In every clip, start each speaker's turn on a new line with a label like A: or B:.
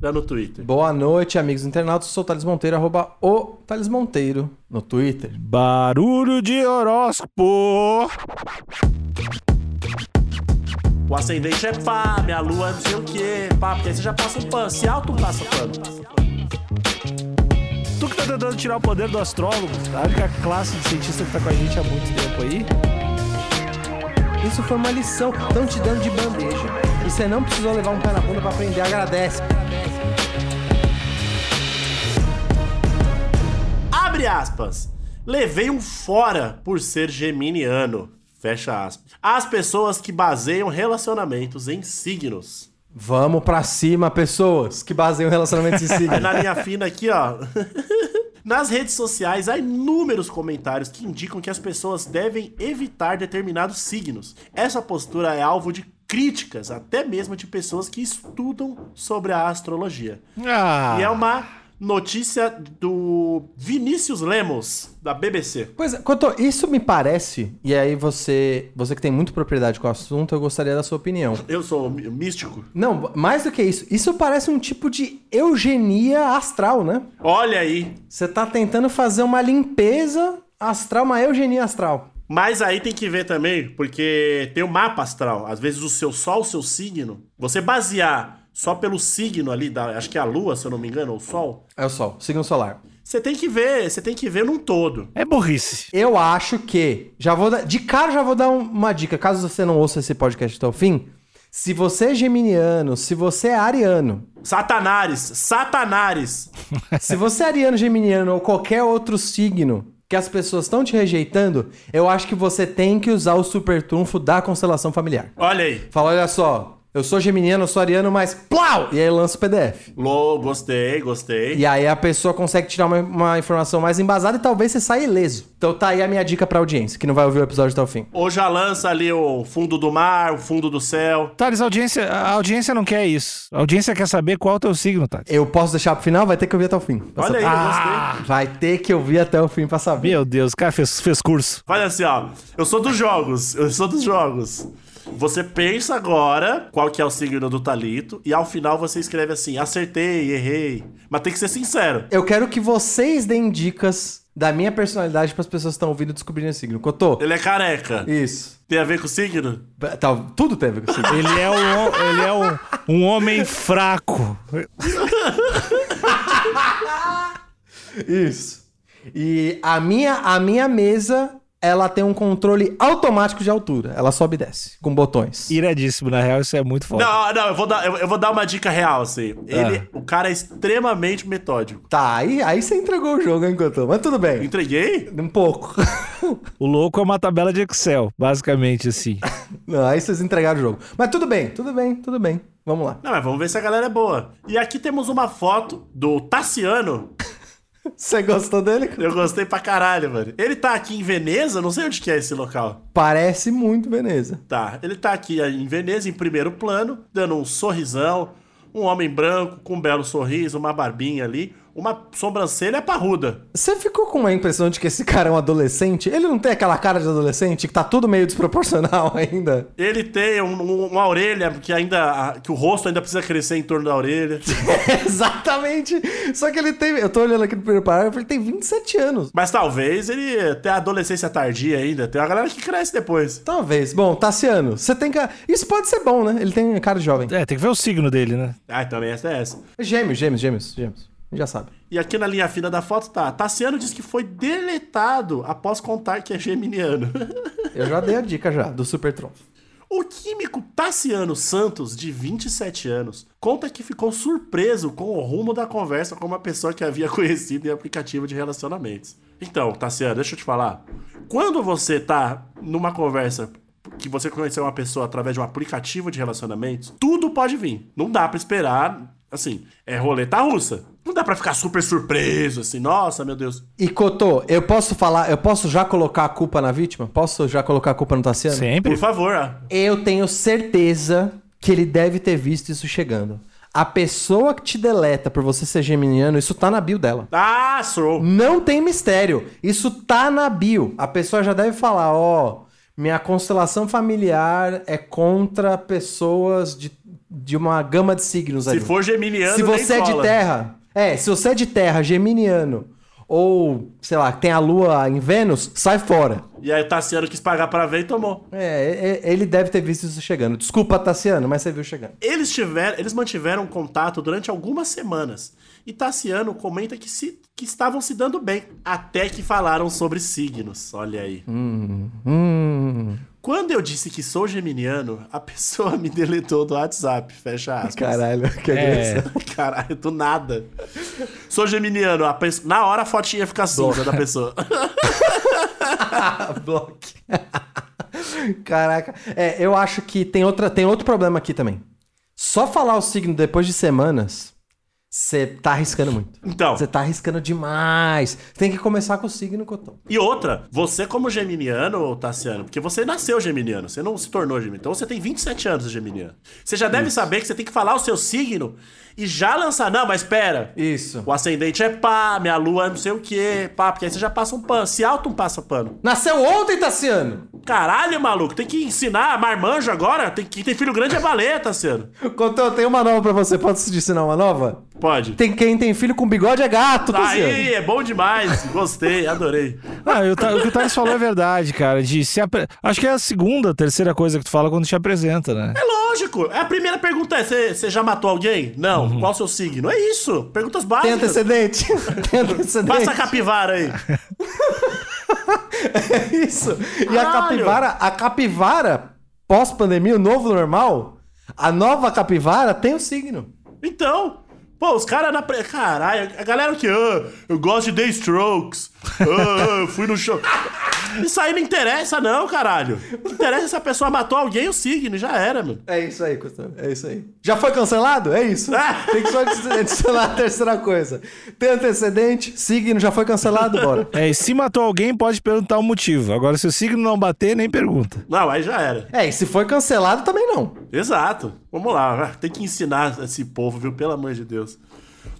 A: no Twitter.
B: Boa noite, amigos internautas. Eu sou o Thales Monteiro, arroba o Thales Monteiro no Twitter.
C: Barulho de horóscopo!
A: O ascendente é pá, minha lua é não sei o quê, pá, porque aí você já passa o pano, se alto passa o pano.
C: Tu que tá tentando tirar o poder do astrólogo, a única classe de cientista que tá com a gente há muito tempo aí.
B: Isso foi uma lição. Estão te dando de bandeja. E você não precisou levar um pé na bunda pra aprender. Agradece.
A: Abre aspas. Levei um fora por ser geminiano. Fecha aspas. As pessoas que baseiam relacionamentos em signos.
B: Vamos pra cima, pessoas que baseiam relacionamentos em
A: Aí
B: signo.
A: É na linha fina aqui, ó. Nas redes sociais há inúmeros comentários que indicam que as pessoas devem evitar determinados signos. Essa postura é alvo de críticas, até mesmo de pessoas que estudam sobre a astrologia.
C: Ah,
A: E é uma notícia do Vinícius Lemos, da BBC.
B: Pois é, Cotô, isso me parece, e aí você, você que tem muita propriedade com o assunto, eu gostaria da sua opinião.
A: Eu sou mí- místico.
B: Não, mais do que isso, isso parece um tipo de eugenia astral, né?
A: Olha aí.
B: Você tá tentando fazer uma limpeza astral, uma eugenia astral.
A: Mas aí tem que ver também, porque tem o mapa astral. Às vezes o seu sol, o seu signo, você basear só pelo signo ali, da, acho que é a lua, se eu não me engano, ou o sol,
B: É o sol, signo solar.
A: Você tem que ver, você tem que ver num todo.
C: é burrice.
B: Eu acho que. Já vou dar- de cara já vou dar um- uma dica. Caso você não ouça esse podcast até o fim, se você é geminiano, se você é ariano,
A: Satanares, Satanares.
B: se você é ariano, geminiano ou qualquer outro signo que as pessoas estão te rejeitando, eu acho que você tem que usar o super trunfo da constelação familiar.
A: Olha aí.
B: Fala, olha só, eu sou geminiano, eu sou ariano, mas plau! E aí lança o PDF.
A: Lô, gostei, gostei.
B: E aí a pessoa consegue tirar uma, uma informação mais embasada e talvez você saia ileso. Então tá aí a minha dica pra audiência, que não vai ouvir o episódio até o fim.
A: Ou já lança ali o fundo do mar, o fundo do céu.
C: Thales, a audiência, a audiência não quer isso. A audiência quer saber qual é o teu signo, Thales.
B: Eu posso deixar pro final? Vai ter que ouvir até o fim. Pra
A: Olha aí,
B: saber.
A: eu
C: Ah!
A: gostei.
B: Vai ter que ouvir até o fim pra saber.
C: Meu Deus, o cara fez, fez curso.
A: Faz assim, ó. Eu sou dos jogos, eu sou dos jogos. Você pensa agora qual que é o signo do Talito e ao final você escreve assim: acertei, errei. Mas tem que ser sincero.
B: Eu quero que vocês deem dicas da minha personalidade pras pessoas que estão ouvindo e descobrindo esse signo. Cotô,
A: Ele é careca.
B: isso.
A: Tem a ver com o signo?
B: Tá, tudo teve com o signo.
C: Ele é, um, ele é um, um homem fraco.
B: Isso. E a minha, a minha mesa, ela tem um controle automático de altura. Ela sobe e desce, com botões.
C: Iradíssimo, na real, isso é muito foda.
A: Não, não, eu vou dar, eu, eu vou dar uma dica real, assim. Ele, O cara é extremamente metódico.
B: Tá, aí, aí você entregou o jogo, hein, Cotô? Mas tudo bem.
A: Entreguei?
B: Um pouco.
C: O louco é uma tabela de Excel, basicamente assim.
B: Não, aí vocês entregaram o jogo. Mas tudo bem, tudo bem, tudo bem. Vamos lá.
A: Não, mas vamos ver se a galera é boa. E aqui temos uma foto do Tassiano.
B: Você gostou dele?
A: Eu gostei pra caralho, mano. Ele tá aqui em Veneza, não sei onde que é esse local.
B: Parece muito Veneza.
A: Tá, ele tá aqui em Veneza, em primeiro plano, dando um sorrisão. Um homem branco com um belo sorriso, uma barbinha ali, uma sobrancelha parruda.
B: Você ficou com a impressão de que esse cara é um adolescente? Ele não tem aquela cara de adolescente que tá tudo meio desproporcional ainda?
A: Ele tem um- um- uma orelha que ainda. a- que o rosto ainda precisa crescer em torno da orelha.
B: Exatamente. Só que ele tem. Eu tô olhando aqui no primeiro parágrafo, ele tem 27 anos.
A: Mas talvez ele eh, tenha adolescência tardia ainda. Tem uma galera que cresce depois.
B: Talvez. Bom, Tassiano, você tem cara. Isso pode ser bom, né? Ele tem cara de jovem.
C: É, tem que ver o signo dele, né?
A: Ah, também essa é essa.
B: Gêmeos, gêmeos, gêmeos, gêmeos. A gente Já sabe.
A: E aqui na linha fina da foto tá. Tassiano diz que foi deletado após contar que é geminiano.
B: Eu já dei a dica já do Super Tronfo.
A: o químico Tassiano Santos, de 27 anos, conta que ficou surpreso com o rumo da conversa com uma pessoa que havia conhecido em aplicativo de relacionamentos. Então, Tassiano, deixa eu te falar. Quando você tá numa conversa que você conheceu uma pessoa através de um aplicativo de relacionamentos, tudo pode vir. Não dá pra esperar. Assim, é roleta russa. Não dá pra ficar super surpreso, assim, nossa, meu Deus.
B: E Cotô, eu posso falar, eu posso já colocar a culpa na vítima? Posso já colocar a culpa no Tassiano?
C: Sempre.
A: Por favor, ah,
B: Eu tenho certeza que ele deve ter visto isso chegando. A pessoa que te deleta por você ser geminiano, isso tá na bio dela.
A: ah sou.
B: Não tem mistério. Isso tá na bio. A pessoa já deve falar, ó, minha constelação familiar é contra pessoas de, de uma gama de signos
A: Se
B: ali.
A: for geminiano,
B: se
A: nem
B: você é de
A: cola.
B: terra, é, se você é de terra, geminiano, ou, sei lá, tem a lua em Vênus, sai fora.
A: E aí o Tassiano quis pagar pra ver e tomou.
B: É, é, ele deve ter visto isso chegando. Desculpa, Tassiano, mas você viu chegando.
A: Eles tiveram, eles mantiveram um contato durante algumas semanas. E Tassiano comenta que, se, que estavam se dando bem, até que falaram sobre signos. Olha aí.
B: Hum,
A: Quando eu disse que sou geminiano, a pessoa me deletou do WhatsApp. Fecha aspas.
B: caralho, que
C: É.
B: agressão.
A: Caralho, do nada. Sou geminiano. a pe- Na hora a fotinha fica cinza da pessoa.
B: Block. Caraca. É, eu acho que tem, outra, tem outro problema aqui também. Só falar o signo depois de semanas, você tá arriscando muito.
A: Então,
B: Você tá arriscando demais. Tem que começar com o signo, Cotão.
A: e outra, você como geminiano, ô Tassiano, porque você nasceu geminiano, você não se tornou geminiano. Então você tem 27 anos de geminiano. Você já deve saber que você tem que falar o seu signo e já lançar. Não, mas pera.
B: Isso.
A: O ascendente é pá, minha lua é não sei o quê, pá, porque aí você já passa um pano. Se alto um passa pano.
B: Nasceu ontem, Tassiano!
A: Caralho, maluco, tem que ensinar marmanjo agora? Tem que tem filho grande é baleia, Tassiano.
B: Cotão, eu tenho uma nova pra você. Posso te ensinar uma nova?
A: Pode.
B: Tem quem tem filho com bigode é gato, Tassiano.
A: Aí, é bom demais. Gostei, adorei.
C: Não, Ah, eu ta- o que o Thales falou é verdade, cara. De se apre- Acho que é a segunda, terceira coisa que tu fala quando te apresenta, né?
A: É lógico. A primeira pergunta é: você já matou alguém? Não. Qual o seu signo? É isso. Perguntas
B: Tem
A: básicas.
B: antecedente? Tem antecedente?
A: Passa a capivara aí.
B: Isso. E a
A: Caralho.
B: capivara, a capivara pós-pandemia, o novo normal, a nova capivara tem o signo.
A: Então. Pô, os caras na. Pre... Caralho, a galera que. "Ah, eu gosto de The Strokes. Ah, ah, fui no show. Isso aí não interessa, não, caralho. O que interessa é se a pessoa matou alguém, o signo. e Já era, mano.
B: É isso aí, Gustavo. É isso aí. Já foi cancelado? É isso.
A: Ah.
B: Tem que só adicionar a terceira coisa. Tem antecedente, signo, já foi cancelado, bora.
C: É, e se matou alguém, pode perguntar o motivo. Agora, se o signo não bater, nem pergunta.
A: Não, aí já era.
B: É, e se foi cancelado também não.
A: Exato. Vamos lá, ah, tem que ensinar esse povo, viu? Pelo amor de Deus.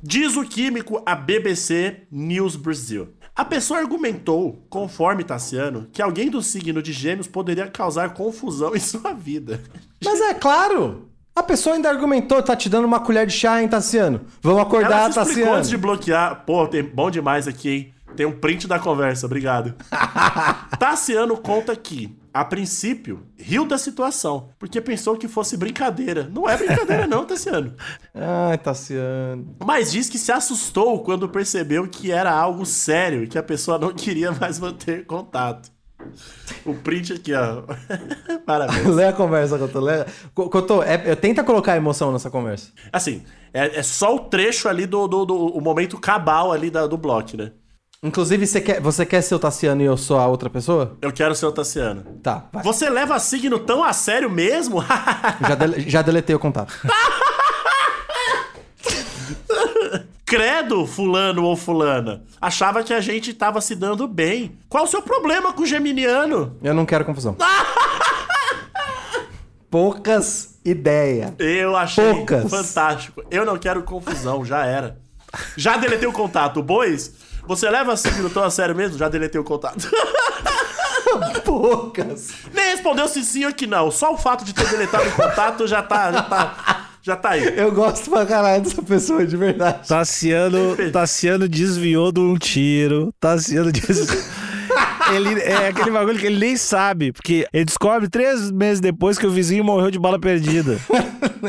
A: Diz o químico à BBC News Brasil. A pessoa argumentou, conforme Tassiano, que alguém do signo de gêmeos poderia causar confusão em sua vida.
B: Mas é claro. A pessoa ainda argumentou, tá te dando uma colher de chá, hein, Tassiano? Vamos acordar, tá
A: Ela se explicou
B: Tassiano.
A: antes de bloquear. Pô, tem bom demais aqui, hein? Tem um print da conversa, obrigado. Tassiano conta que, a princípio, riu da situação, porque pensou que fosse brincadeira. Não é brincadeira não, Tassiano.
B: Ai, Tassiano.
A: Mas diz que se assustou quando percebeu que era algo sério e que a pessoa não queria mais manter contato. O print aqui, ó. Parabéns.
B: Lê a conversa, Cotô. Lê. Co- Cotô, é- é- tenta colocar emoção nessa conversa.
A: Assim, é, é só o trecho ali do, do, do- o momento cabal ali da- do bloco, né?
B: Inclusive, você quer, você quer ser o Tassiano e eu sou a outra pessoa?
A: Eu quero ser o Tassiano.
B: Tá, vai.
A: Você leva signo tão a sério mesmo?
B: Já, dele- já deletei o contato.
A: Credo, fulano ou fulana. Achava que a gente tava se dando bem. Qual o seu problema com o geminiano?
B: Eu não quero confusão. Poucas ideias.
A: Eu achei
B: Poucas.
A: fantástico. Eu não quero confusão, já era. Já deletei o contato. Bois, você leva signo tão a sério mesmo? Já deletei o contato.
B: Poucas.
A: Nem respondeu se sim ou que não. Só o fato de ter deletado o contato já tá. Já tá, já tá aí.
B: Eu gosto pra caralho dessa pessoa, de verdade.
C: Tassiano, Tassiano desviou de um tiro. Tassiano desviou. Ele, é aquele bagulho que ele nem sabe, porque ele descobre três meses depois que o vizinho morreu de bala perdida.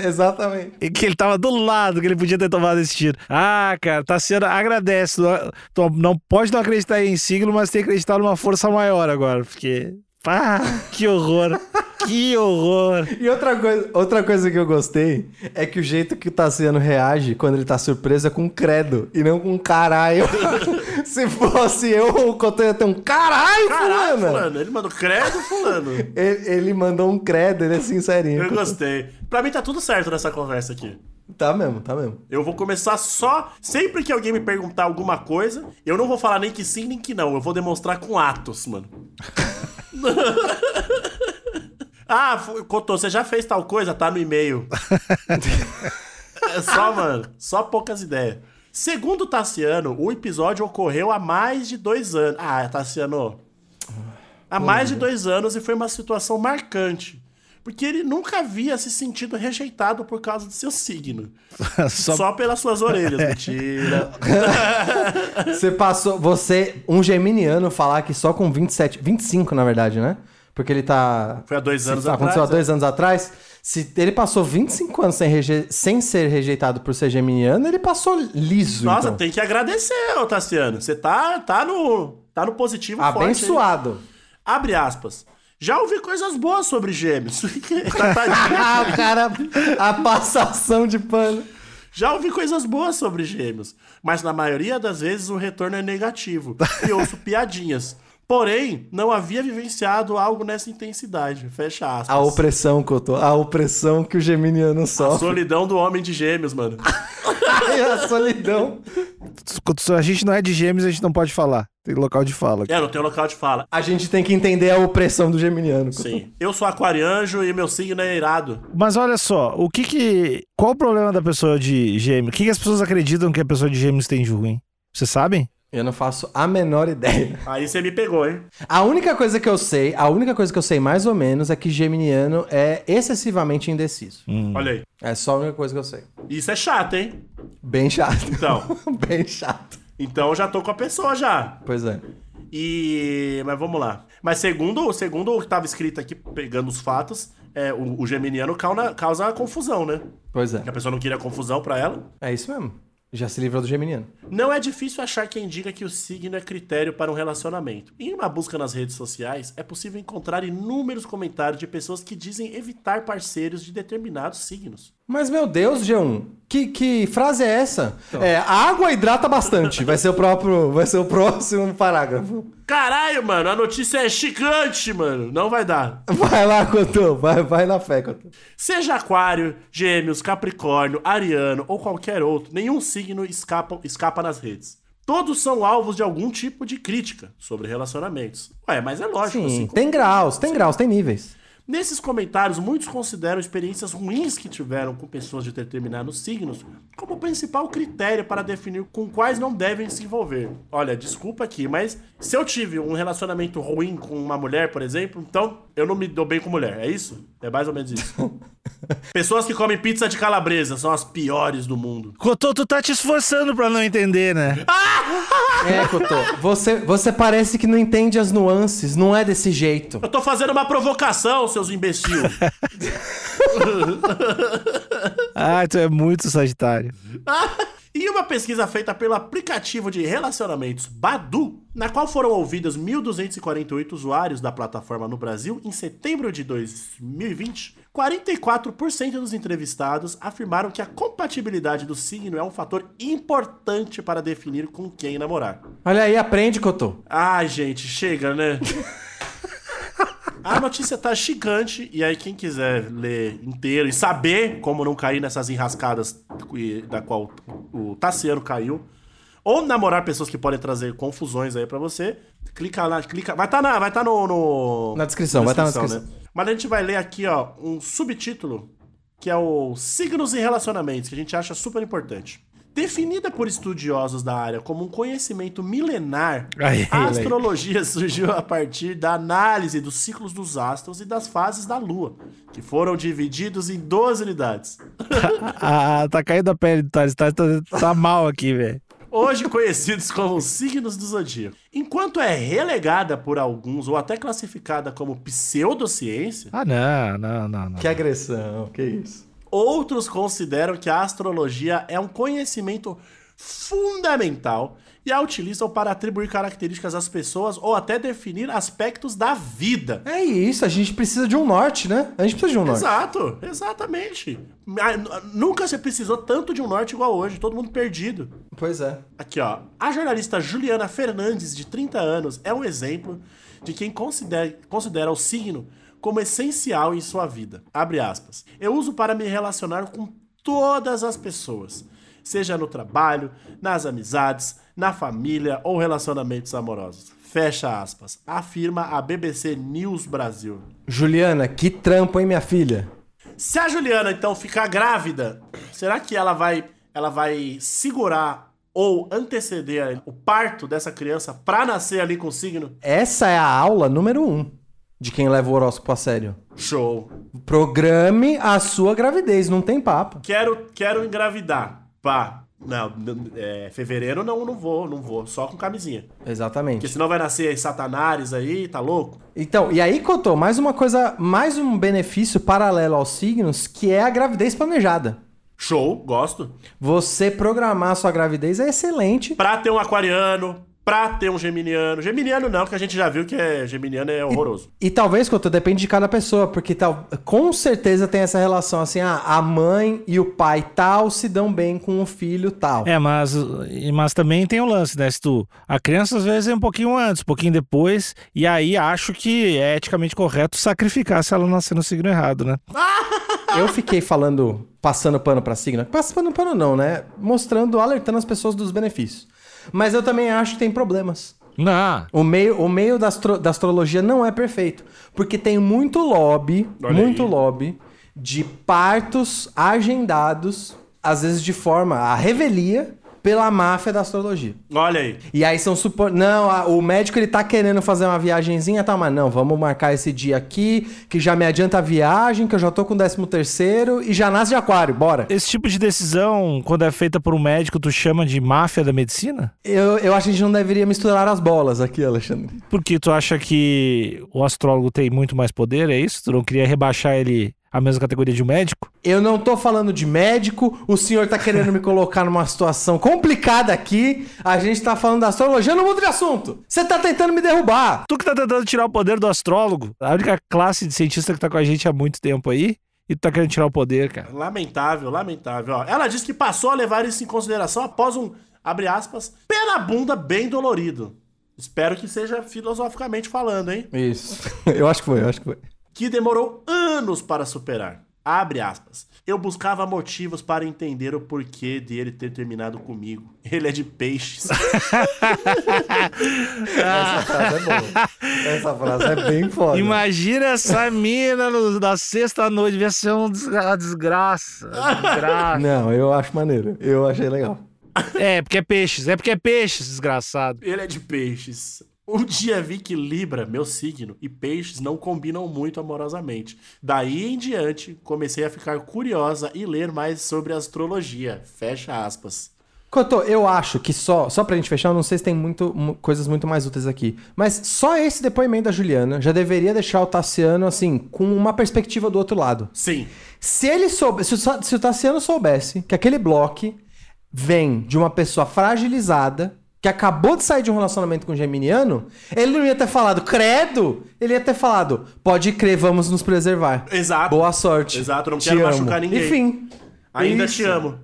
B: Exatamente.
C: E que ele tava do lado, que ele podia ter tomado esse tiro. Ah, cara, Tassiano agradece. Não- tu Não pode não acreditar em signo, mas tem que acreditar numa força maior agora, porque. Pá, que horror! Que horror!
B: E outra coisa, outra coisa que eu gostei é que o jeito que o Tassiano reage quando ele tá surpreso é com credo e não com caralho. Se fosse eu, o Cotô ia ter um caralho,
A: Caralho,
B: fulana!
A: fulano. Ele mandou credo, fulano.
B: Ele, ele mandou um credo, ele é
A: Eu
B: sincerinho.
A: gostei. Pra mim tá tudo certo nessa conversa aqui.
B: Tá mesmo, tá mesmo.
A: Eu vou começar só. Sempre que alguém me perguntar alguma coisa, eu não vou falar nem que sim, nem que não. Eu vou demonstrar com atos, mano. ah, fu- Cotô, você já fez tal coisa? Tá no e-mail. É só, mano. Só poucas ideias. Segundo o Tassiano, o episódio ocorreu há mais de dois anos. Ah, Tassiano. Há mais de dois anos e foi uma situação marcante. Porque ele nunca havia se sentido rejeitado por causa do seu signo. Só,
C: Só,
A: pelas suas orelhas, mentira.
B: Você passou. Você, um geminiano, falar que só com 27. 25, na verdade, né? Porque ele tá.
A: Foi há dois
B: se-
A: anos
B: Aconteceu há
A: atrás, é.
B: dois anos atrás. Se ele passou 25 anos sem, reje- sem ser rejeitado por ser geminiano, ele passou liso.
A: Nossa,
B: então.
A: tem que agradecer, ô Tassiano. Você tá, tá, no, tá no positivo
B: Ah,
A: forte. aí.
B: Abençoado.
A: Abre aspas. Já ouvi coisas boas sobre gêmeos. Tá, tadinho.
B: Ah, o cara, a passação de pano.
A: Já ouvi coisas boas sobre gêmeos, mas na maioria das vezes o retorno é negativo e ouço piadinhas. Porém, não havia vivenciado algo nessa intensidade. Fecha aspas.
B: A opressão, Couto. A opressão que o geminiano sofre.
A: Solidão do homem de gêmeos, mano.
B: Ai, a solidão.
C: se a gente não é de gêmeos, a gente não pode falar. Tem local de fala.
A: É, não tem local de fala.
B: A gente tem que entender a opressão do geminiano. Couto.
A: Sim. Eu sou aquarianjo e meu signo é irado.
C: Mas olha só, o que que... Qual o problema da pessoa de gêmeos? O que que as pessoas acreditam que a pessoa de gêmeos tem de ruim? Vocês sabem?
B: Eu não faço a menor ideia.
A: Aí você me pegou, hein?
B: A única coisa que eu sei, a única coisa que eu sei mais ou menos é que geminiano é excessivamente indeciso.
A: Olha aí.
B: É só a única coisa que eu sei.
A: Isso é chato, hein?
B: Bem chato.
A: Então.
B: Bem chato.
A: Então eu já tô com a pessoa já.
B: Pois é.
A: E. Mas vamos lá. Mas segundo, segundo o que tava escrito aqui, pegando os fatos, é, o, o geminiano causa, causa a confusão, né?
B: Pois é.
A: Que a pessoa não queria confusão pra ela.
B: É isso mesmo. Já se livrou do geminiano.
A: Não é difícil achar quem diga que o signo é critério para um relacionamento. Em uma busca nas redes sociais, é possível encontrar inúmeros comentários de pessoas que dizem evitar parceiros de determinados signos.
B: Mas meu Deus, G1, que, que frase é essa? É, a água hidrata bastante. Vai ser o próprio, vai ser o próximo parágrafo.
A: Caralho, mano, a notícia é gigante, mano. Não vai dar.
B: Vai lá, Cotô. Vai, vai na fé, Cotô.
A: Seja aquário, gêmeos, capricórnio, ariano ou qualquer outro, nenhum signo escapa, escapa nas redes. Todos são alvos de algum tipo de crítica sobre relacionamentos. Ué, mas é lógico, assim.
B: Sim,
A: como-
B: tem graus, tem graus, tem níveis.
A: Nesses comentários, muitos consideram experiências ruins que tiveram com pessoas de determinados signos como principal critério para definir com quais não devem se envolver. Olha, desculpa aqui, mas se eu tive um relacionamento ruim com uma mulher, por exemplo, então eu não me dou bem com mulher, é isso? É mais ou menos isso. pessoas que comem pizza de calabresa são as piores do mundo.
C: Cotô, tu tá te esforçando pra não entender, né?
B: É, Cotô. Você, você parece que não entende as nuances. Não é desse jeito.
A: Eu tô fazendo uma provocação, seus imbecil.
C: Ah, tu é muito sagitário.
A: Em uma pesquisa feita pelo aplicativo de relacionamentos Badu, na qual foram ouvidos 1.248 usuários da plataforma no Brasil em setembro de 2020, 44% dos entrevistados afirmaram que a compatibilidade do signo é um fator importante para definir com quem namorar.
B: Olha aí, aprende, Cotô.
A: Ai, Ah, gente, chega, né? A notícia tá gigante, e aí quem quiser ler inteiro e saber como não cair nessas enrascadas que- da qual o Tassiano caiu, ou namorar pessoas que podem trazer confusões aí pra você, clica lá, clica, vai tá na, vai tá no, no-
B: Na descrição, vai tá na descrição.
A: né? Mas a gente vai ler aqui, ó, um subtítulo que é o Signos e Relacionamentos, que a gente acha super importante. Definida por estudiosos da área como um conhecimento milenar,
C: Aí,
A: a astrologia surgiu a partir da análise dos ciclos dos astros e das fases da Lua, que foram divididos em 12 unidades.
C: Ah, tá caindo a pele do Thales. Tá, tá, tá mal aqui, velho.
A: hoje conhecidos como os signos do zodíaco. Enquanto é relegada por alguns ou até classificada como pseudociência,
C: Ah, não, não, não, não.
B: Que agressão, que isso.
A: outros consideram que a astrologia é um conhecimento fundamental e a utilizam para atribuir características às pessoas ou até definir aspectos da vida.
B: É isso, a gente precisa de um norte, né? A gente precisa de um norte.
A: Exato, exatamente. Ah, nu- Nunca se precisou tanto de um norte igual hoje, todo mundo perdido.
B: Pois é.
A: Aqui, ó. A jornalista Juliana Fernandes, de 30 anos, é um exemplo de quem considera, considera o signo como essencial em sua vida. Abre aspas. Eu uso para me relacionar com todas as pessoas, seja no trabalho, nas amizades, na família ou relacionamentos amorosos. Fecha aspas, afirma a BBC News Brasil.
B: Juliana, que trampo, hein, minha filha?
A: Se a Juliana então ficar grávida, será que ela vai ela vai segurar ou anteceder o parto dessa criança pra nascer ali com o signo?
B: Essa é a aula número um de quem leva o horóscopo a sério.
A: Show.
B: Programe a sua gravidez, não tem papo.
A: Quero quero engravidar. Pá. Não, n- é, fevereiro não, não vou, não vou, só com camisinha. Porque
B: Exatamente.
A: senão vai nascer Satanares aí, tá louco?
B: Então, e aí, Cotô, mais uma coisa, mais um benefício paralelo aos signos, que é a gravidez planejada.
A: Show, gosto.
B: Você programar a sua gravidez é excelente.
A: Pra ter um aquariano, pra ter um geminiano. Geminiano não, que a gente já viu que é geminiano é horroroso.
B: E talvez, Cotô, depende de cada pessoa, porque tal, com certeza tem essa relação assim, ah, a mãe e o pai tal se dão bem com o filho tal.
C: É, mas, e- mas também tem o lance, né? Se tu, a criança às vezes é um pouquinho antes, um pouquinho depois, e aí acho que é eticamente correto sacrificar se ela nascer no signo errado, né?
B: Eu fiquei falando, passando pano pra signo. Passando pano não, né? Mostrando, alertando as pessoas dos benefícios. Mas eu também acho que tem problemas.
C: Não.
B: O meio, o meio da, astro- da astrologia não é perfeito. Porque tem muito lobby,
A: Olha
B: muito
A: aí.
B: lobby, de partos agendados, às vezes de forma a revelia, pela máfia da astrologia.
A: Olha aí.
B: E aí são supor... Não, a- o médico ele tá querendo fazer uma viagenzinha, tá? Mas não, vamos marcar esse dia aqui, que já me adianta a viagem, que eu já tô com 13 terceiro e já nasce de aquário, bora.
C: Esse tipo de decisão, quando é feita por um médico, tu chama de máfia da medicina?
B: Eu, eu acho que a gente não deveria misturar as bolas aqui, Alexandre.
C: Porque tu acha que o astrólogo tem muito mais poder, é isso? Tu não queria rebaixar ele à mesma categoria de um médico?
B: Eu não tô falando de médico, o senhor tá querendo me colocar numa situação complicada aqui, a gente tá falando da astrologia, eu não mudo de assunto. Você tá tentando me derrubar.
C: Tu que tá tentando tirar o poder do astrólogo, a única classe de cientista que tá com a gente há muito tempo aí, e tu tá querendo tirar o poder, cara.
A: Lamentável, lamentável. ó. Ela disse que passou a levar isso em consideração após um, abre aspas, pé na bunda bem dolorido. Espero que seja filosoficamente falando, hein?
B: Isso. Eu acho que foi, eu acho que foi.
A: Que demorou anos para superar. Abre aspas. Eu buscava motivos para entender o porquê de ele ter terminado comigo. Ele é de peixes.
C: Ah,
B: Essa frase é boa. Essa frase é bem foda.
C: Imagina essa mina no- na sexta-noite, devia ser um des- uma desgraça. uma desgraça.
B: Não, eu acho maneiro. Eu achei legal.
C: é, porque é peixes, é porque é peixes, desgraçado.
A: Ele é de peixes. Um dia vi que Libra, meu signo, e peixes não combinam muito amorosamente. Daí em diante, comecei a ficar curiosa e ler mais sobre astrologia. Fecha aspas.
B: Cotô, eu acho que só, só pra gente fechar, eu não sei se tem muito, mu- coisas muito mais úteis aqui, mas só esse depoimento da Juliana já deveria deixar o Tassiano, assim, com uma perspectiva do outro lado.
A: Sim.
B: Se ele soubesse, se, o Sa- se o Tassiano soubesse que aquele bloco vem de uma pessoa fragilizada, que acabou de sair de um relacionamento com um geminiano, ele não ia ter falado, credo! Ele ia ter falado, pode crer, vamos nos preservar.
A: Exato.
B: Boa sorte.
A: Exato, não
B: Te
A: quero
B: amo.
A: machucar ninguém.
B: Enfim.
A: Ainda
B: Isso.
A: te amo.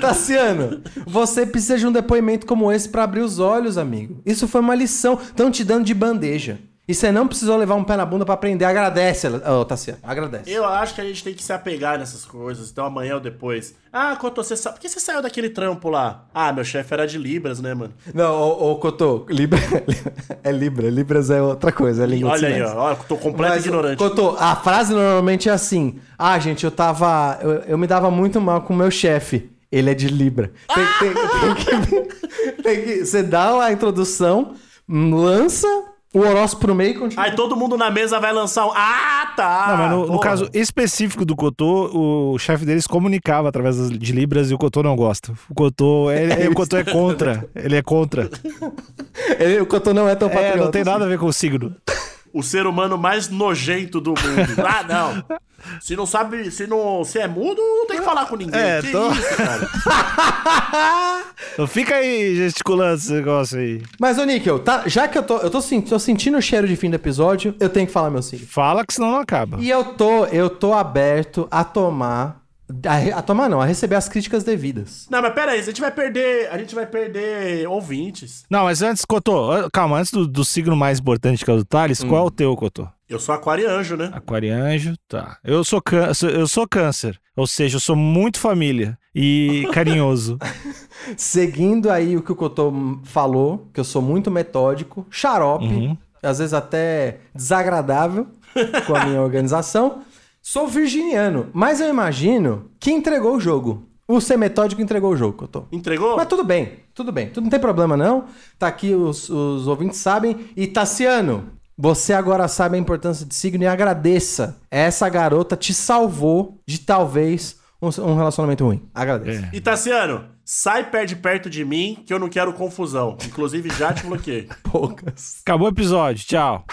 B: Tassiano, você precisa de um depoimento como esse pra abrir os olhos, amigo. Isso foi uma lição. Estão te dando de bandeja. E você não precisou levar um pé na bunda pra aprender. Agradece, oh, Tassiano. Agradece.
A: Eu acho que a gente tem que se apegar nessas coisas, então amanhã ou depois. Ah, Cotô, você sabe. Por que você saiu daquele trampo lá? Ah, meu chefe era de Libras, né, mano?
B: Não, ô, ô Cotô, Libra... é Libra. Libras é outra coisa, é língua de
A: Olha aí,
B: sinais.
A: ó. ó, Tô completo
B: Mas,
A: ignorante.
B: Cotô, a frase normalmente é assim. Ah, gente, eu tava. Eu, eu me dava muito mal com o meu chefe. Ele é de Libra. Tem, tem- tem que, tem que- você dá a introdução, lança o horóscopo pro meio e continua.
A: Aí todo mundo na mesa vai lançar um. Ah, tá!
C: Não, mas no, no
A: porra.
C: caso específico do Cotô, o chefe deles comunicava através das- de Libras e o Cotô não gosta. O Cotô é, é- o Cotô é contra. Ele é contra.
B: Ele- o Cotô não é tão
C: É,
B: patriota.
C: não tem
B: assim.
C: nada a ver com o signo.
A: o ser humano mais nojento do mundo. ah, não. Se não sabe, se não, se é mudo, não tem que falar com ninguém.
C: É,
A: que
C: tô-
A: isso, cara?
C: Não Então fica aí gesticulando esse negócio aí.
B: Mas, ô Níquel, tá, já que eu tô. Eu tô, sen- tô sentindo o cheiro de fim do episódio, eu tenho que falar meu signo.
C: Fala que senão não acaba.
B: E eu tô, eu tô aberto a tomar. A, re- a tomar não, a receber as críticas devidas.
A: Não, mas pera aí, a gente vai perder, a gente vai perder ouvintes.
C: Não, mas antes, Cotô, calma, antes do, do signo mais importante que é o do Thales, qual é o teu, Cotô?
A: Eu sou aquarianjo, né?
C: Aquarianjo, tá. Eu sou, cân- eu sou- eu sou câncer, ou seja, eu sou muito família e carinhoso.
B: Seguindo aí o que o Cotô falou, que eu sou muito metódico, xarope,
C: Uhum.
B: às vezes até desagradável com a minha organização. Sou virginiano, mas eu imagino que entregou o jogo. O ser metódico entregou o jogo, Cotô.
A: Entregou?
B: Mas tudo bem, tudo bem. Tudo não tem problema, não. Tá aqui, os, os ouvintes sabem. E Tassiano, você agora sabe a importância de signo e agradeça. Essa garota te salvou de talvez um, um relacionamento ruim. Agradeça.
A: E Tassiano, sai pé de perto de mim que eu não quero confusão. Inclusive já te bloqueei.
B: Poucas.
C: Acabou o episódio, tchau.